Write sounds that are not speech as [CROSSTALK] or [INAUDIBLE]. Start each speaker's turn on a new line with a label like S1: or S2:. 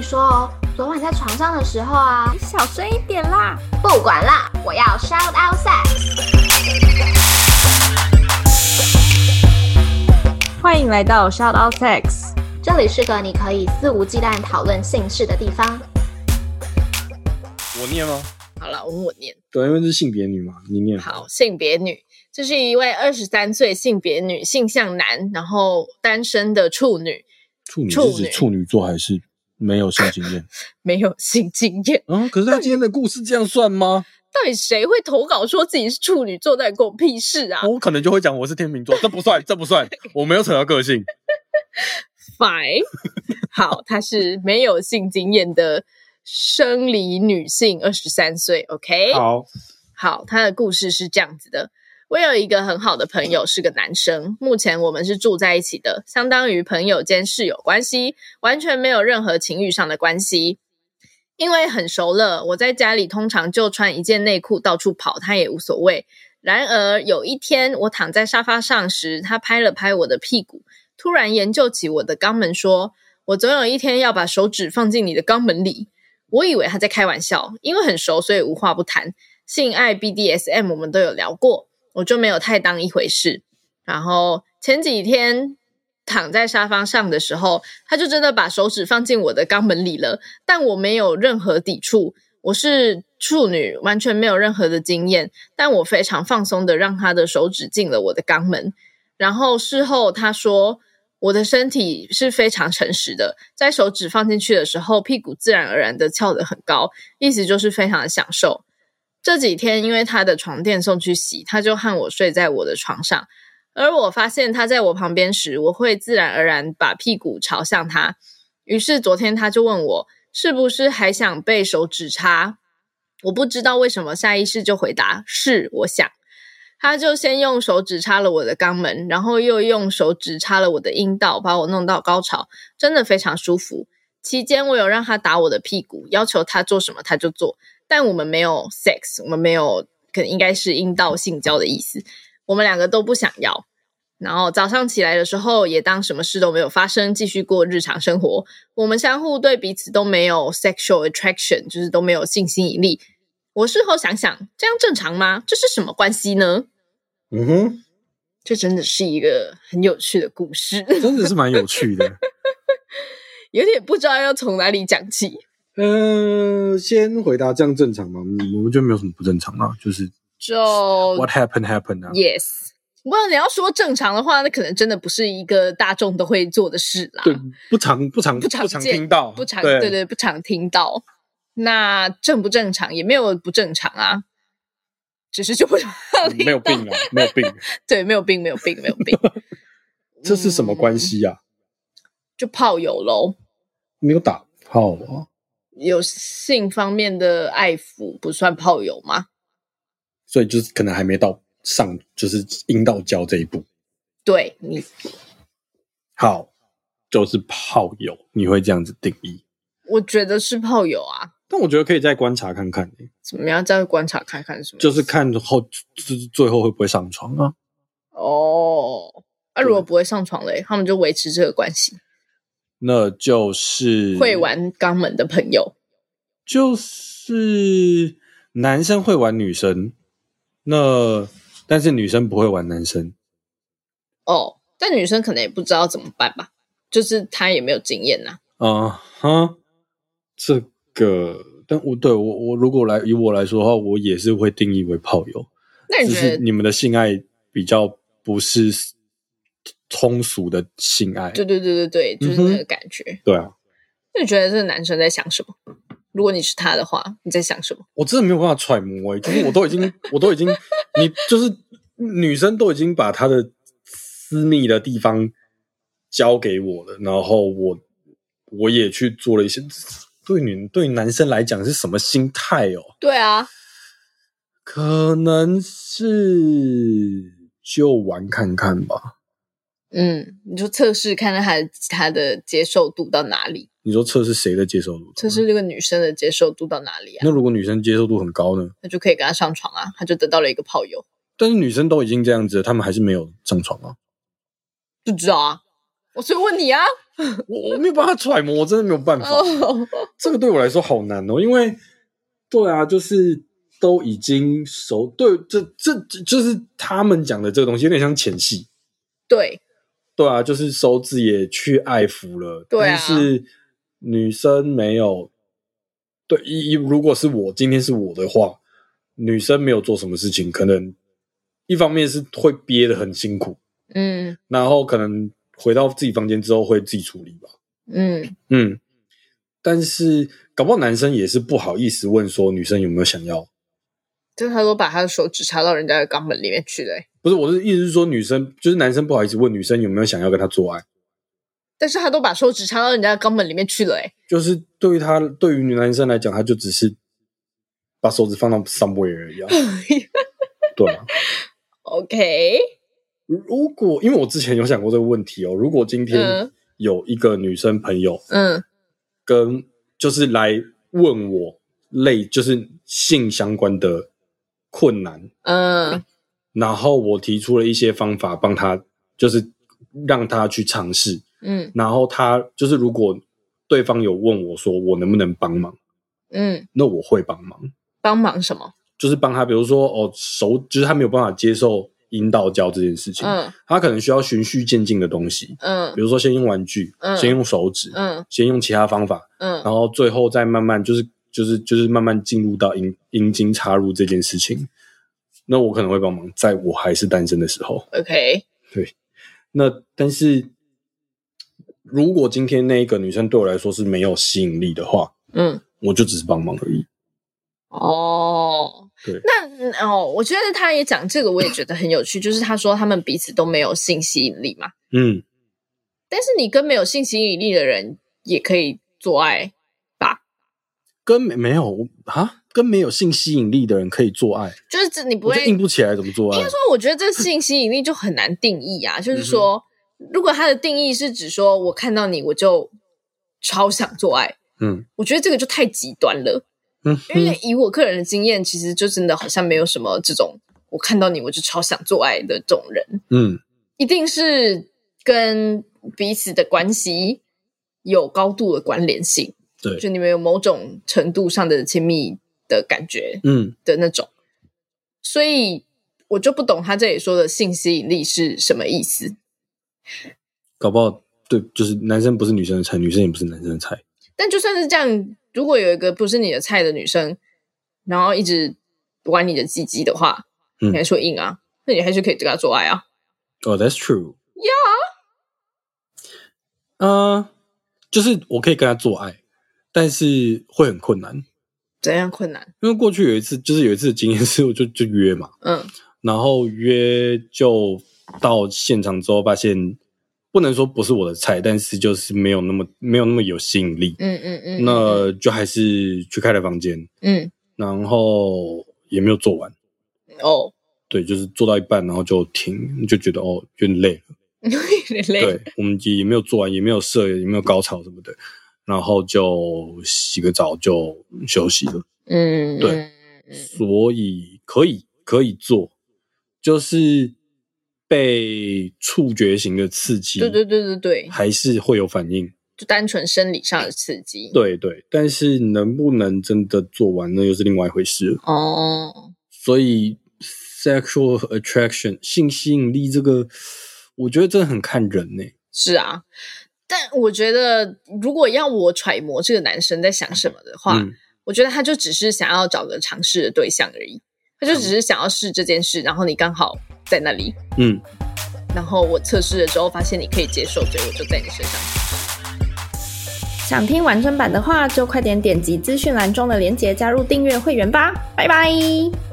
S1: 说哦，昨晚在床上的时候啊，
S2: 小声一点啦！
S1: 不管啦，我要 shout out sex。
S2: 欢迎来到 Shout Out Sex，
S1: 这里是个你可以肆无忌惮讨论性事的地方。
S3: 我念吗？
S4: 好了，我我念。
S3: 对，因为是性别女嘛，你念。
S4: 好，性别女，这是一位二十三岁性别女，性向男，然后单身的处女，
S3: 处女
S4: 处
S3: 是指
S4: 女
S3: 处女座还是没有性经 [LAUGHS] 验？
S4: 没有性经验。
S3: 啊，可是他今天的故事这样算吗？
S4: 到底谁会投稿说自己是处女座？到底关我屁事啊
S3: 哦我可能就会讲我是天秤座，这不算，这不 [LAUGHS] 算，我没有扯到个性。
S4: ？Fine，好，她是没有性经验的生理女性，二十三岁。OK，
S3: 好，
S4: 好，他的故事是这样子的：我有一个很好的朋友，是个男生，目前我们是住在一起的，相当于朋友兼室友关系，完全没有任何情欲上的关系。因为很熟了，我在家里通常就穿一件内裤到处跑，他也无所谓。然而有一天，我躺在沙发上时，他拍了拍我的屁股，突然研究起我的肛门，说：“我总有一天要把手指放进你的肛门里。”我以为他在开玩笑，因为很熟，所以无话不谈。性爱 BDSM 我们都有聊过，我就没有太当一回事。然后前几天躺在沙发上的时候，他就真的把手指放进我的肛门里了，但我没有任何抵触。我是处女，完全没有任何的经验，但我非常放松的让他的手指进了我的肛门。然后事后他说，我的身体是非常诚实的，在手指放进去的时候，屁股自然而然的翘得很高，意思就是非常的享受。这几天因为他的床垫送去洗，他就和我睡在我的床上。而我发现他在我旁边时，我会自然而然把屁股朝向他。于是昨天他就问我，是不是还想被手指插？我不知道为什么下意识就回答是，我想。他就先用手指插了我的肛门，然后又用手指插了我的阴道，把我弄到高潮，真的非常舒服。期间我有让他打我的屁股，要求他做什么他就做，但我们没有 sex，我们没有，可能应该是阴道性交的意思。我们两个都不想要。然后早上起来的时候，也当什么事都没有发生，继续过日常生活。我们相互对彼此都没有 sexual attraction，就是都没有性吸引力。我事后想想，这样正常吗？这是什么关系呢？
S3: 嗯哼，
S4: 这真的是一个很有趣的故事， [LAUGHS]
S3: 真的是蛮有趣的。
S4: 有点不知道要从哪里讲起。
S3: [LAUGHS] 呃，先回答这样正常吗？嗯我觉得没有什么不正常啊，就是
S4: 就
S3: what happened happened 啊。
S4: yes，不过你要说正常的话，那可能真的不是一个大众都会做的事啦。
S3: 对，不常不常
S4: 不常
S3: 常
S4: 见
S3: 听到，
S4: 不常
S3: 对
S4: 对对不常听到。那正不正常也没有不正常啊，只是就不常听
S3: 没有
S4: 到
S3: 病啊，没有病。
S4: [LAUGHS] 对，没有病，没有病，没有病。
S3: [LAUGHS] 这是什么关
S4: 嗯？
S3: 系啊？
S4: 就炮友喽，
S3: 没有打炮啊？
S4: 有性方面的爱抚不算炮友吗？
S3: 所以就是可能还没到上，就是阴道交这一步。
S4: 对你，
S3: 好，就是炮友，你会这样子定义？
S4: 我觉得是炮友啊。
S3: 但我觉得可以再观察看看、欸
S4: 怎么样再观察看看什么意思？
S3: 就是看后就是最后会不会上床啊？
S4: 哦，那、如果
S3: 对
S4: 不会上床嘞，他们就维持这个关系。
S3: 那就是
S4: 会，玩肛门的朋友，
S3: 就是男生会玩女生，那但是女生不会玩男生。
S4: 哦，但女生可能也不知道怎么办吧，就是她也没有经验呐、
S3: 啊哈，这个，但我对我我如果来以我来说的话，我也是会定义为炮友，
S4: 那你
S3: 只
S4: 觉
S3: 是
S4: 得？
S3: 你们的性爱比较不是通俗的性爱，
S4: 对对对对对，
S3: 嗯
S4: 就是那个感觉。
S3: 对啊，
S4: 那你觉得这个男生在想什么？如果你是他的话，你在想什么？
S3: 我真的没有办法揣摩、欸，就是我都已
S4: [LAUGHS]
S3: 经我都已经，你就是女生都已经把她的私密的地方交给我了，然后我我也去做了一些，对女对男生来讲是什么心态哦？
S4: 对啊，
S3: 可能是就玩看看吧。
S4: 嗯，你就测试看看他的他的接受度到哪里，
S3: 你说测试谁的接受度？
S4: 测试这个女生的接受度到哪里啊？
S3: 那如果女生接受度很高呢？
S4: 那就可以跟他上床啊，他就得到了一个炮友。
S3: 但是女生都已经这样子了，她们还是没有上床啊。
S4: 不知道啊，我所以问你啊，
S3: [LAUGHS] 我我没有办法揣摩，我真的没有办法。
S4: [LAUGHS] 哦，
S3: 这个对我来说好难哦，因为对啊，就是都已经熟，对，这这这就是他们讲的这个东西，有点像前戏，
S4: 对，
S3: 对啊，就是手指也去爱抚了，
S4: 对啊
S3: 但是女生没有，对，一一如果是我今天是我的话，女生没有做什么事情，可能一方面是会憋得很辛苦，
S4: 嗯
S3: 然后可能回到自己房间之后会自己处理吧，
S4: 嗯，
S3: 嗯，但是搞不好男生也是不好意思问说女生有没有想要，
S4: 就是他都把他的手指插到人家的肛门里面去了、欸
S3: 不是我的意思是说女生就是男生不好意思问女生有没有想要跟他做爱，
S4: 但是他都把手指插到人家的肛门里面去了、欸，
S3: 就是对于他对于女男生来讲，他就只是把手指放到 somewhere 而已、啊，对啊。
S4: OK，
S3: 如果因为我之前有想过这个问题哦，如果今天
S4: 嗯
S3: 有一个女生朋友
S4: 嗯
S3: 跟就是来问我类就是性相关的困难，
S4: 嗯
S3: 然后我提出了一些方法帮他，就是让他去尝试。
S4: 嗯
S3: 然后他就是如果对方有问我说我能不能帮忙，
S4: 嗯，
S3: 那我会帮忙，
S4: 帮忙什么？
S3: 就是帮他，比如说哦手，就是他没有办法接受阴道教这件事情，
S4: 嗯
S3: 他可能需要循序渐进的东西，
S4: 嗯
S3: 比如说先用玩具，
S4: 嗯
S3: 先用手指，
S4: 嗯
S3: 先用其他方法，
S4: 嗯
S3: 然后最后再慢慢就是就是就是慢慢进入到阴阴茎插入这件事情。那我可能会帮忙，在我还是单身的时候。
S4: ，OK，
S3: 那但是，如果今天那一个女生对我来说是没有吸引力的话，
S4: 嗯
S3: 我就只是帮忙而已。
S4: 哦，
S3: 对
S4: 那嗯哦，我觉得他也讲这个，我也觉得很有趣，就是他说他们彼此都没有性吸引力嘛，
S3: 嗯，
S4: 但是你跟没有性吸引力的人也可以做爱，
S3: 跟没没有啊，跟没有性吸引力的人可以做爱，
S4: 就是这你不
S3: 我
S4: 会
S3: 就硬不起来，怎么做
S4: 应
S3: 爱
S4: 该？说，我觉得这性吸引力就很难定义啊。就是说，如果它的定义是指说我看到你我就超想做爱，
S3: 嗯
S4: 我觉得这个就太极端了。
S3: 嗯
S4: 因
S3: 哼
S4: 为以我个人的经验，其实就真的好像没有什么这种我看到你我就超想做爱的这种人，
S3: 嗯，
S4: 一定是跟彼此的关系有高度的关联性，
S3: 对，
S4: 就你们有某种程度上的亲密的感觉，
S3: 嗯
S4: 的那种，所以我就不懂他这里说的性吸引力是什么意思。
S3: 搞不好对，就是男生不是女生的菜，女生也不是男生的菜。
S4: 但就算是这样，如果有一个不是你的菜的女生，然后一直玩你的鸡鸡的话，
S3: 嗯
S4: 你还说硬啊？那你还是可以跟她做爱啊。
S3: 哦、t h a t s true。Yeah。呃，就是我可以跟他做爱，但是会很困难，
S4: 怎样困难？
S3: 因为过去有一次，就是有一次的经验是， [LAUGHS] 我就就约嘛，
S4: 嗯
S3: 然后约就到现场之后，发现不能说不是我的菜，但是就是没有那么没有那么有吸引力，
S4: 嗯嗯嗯，
S3: 那就还是去开了房间，
S4: 嗯
S3: 然后也没有做完，
S4: 哦，
S3: 对，就是做到一半然后就停，就觉得哦有点累了，
S4: 有点累。
S3: 对，我们也没有做完，也没有射，也没有高潮什么的，然后就洗个澡就休息了。
S4: 嗯，
S3: 对
S4: 嗯，嗯
S3: 所以可以可以做，就是被触觉型的刺激，
S4: 对对对对对，
S3: 还是会有反应。
S4: 就单纯生理上的刺激。，
S3: 对对，但是能不能真的做完，那又是另外一回事了。
S4: 哦，
S3: 所以 sexual attraction 性吸引力这个，我觉得真的很看人欸呢、
S4: 是啊。但我觉得，如果要我揣摩这个男生在想什么的话，
S3: 嗯
S4: 我觉得他就只是想要找个尝试的对象而已，他就只是想要试这件事，然后你刚好在那里，
S3: 嗯，
S4: 然后我测试了之后发现你可以接受，所以我就在你身上。
S2: 想听完整版的话，就快点点击资讯栏中的链接加入订阅会员吧，拜拜。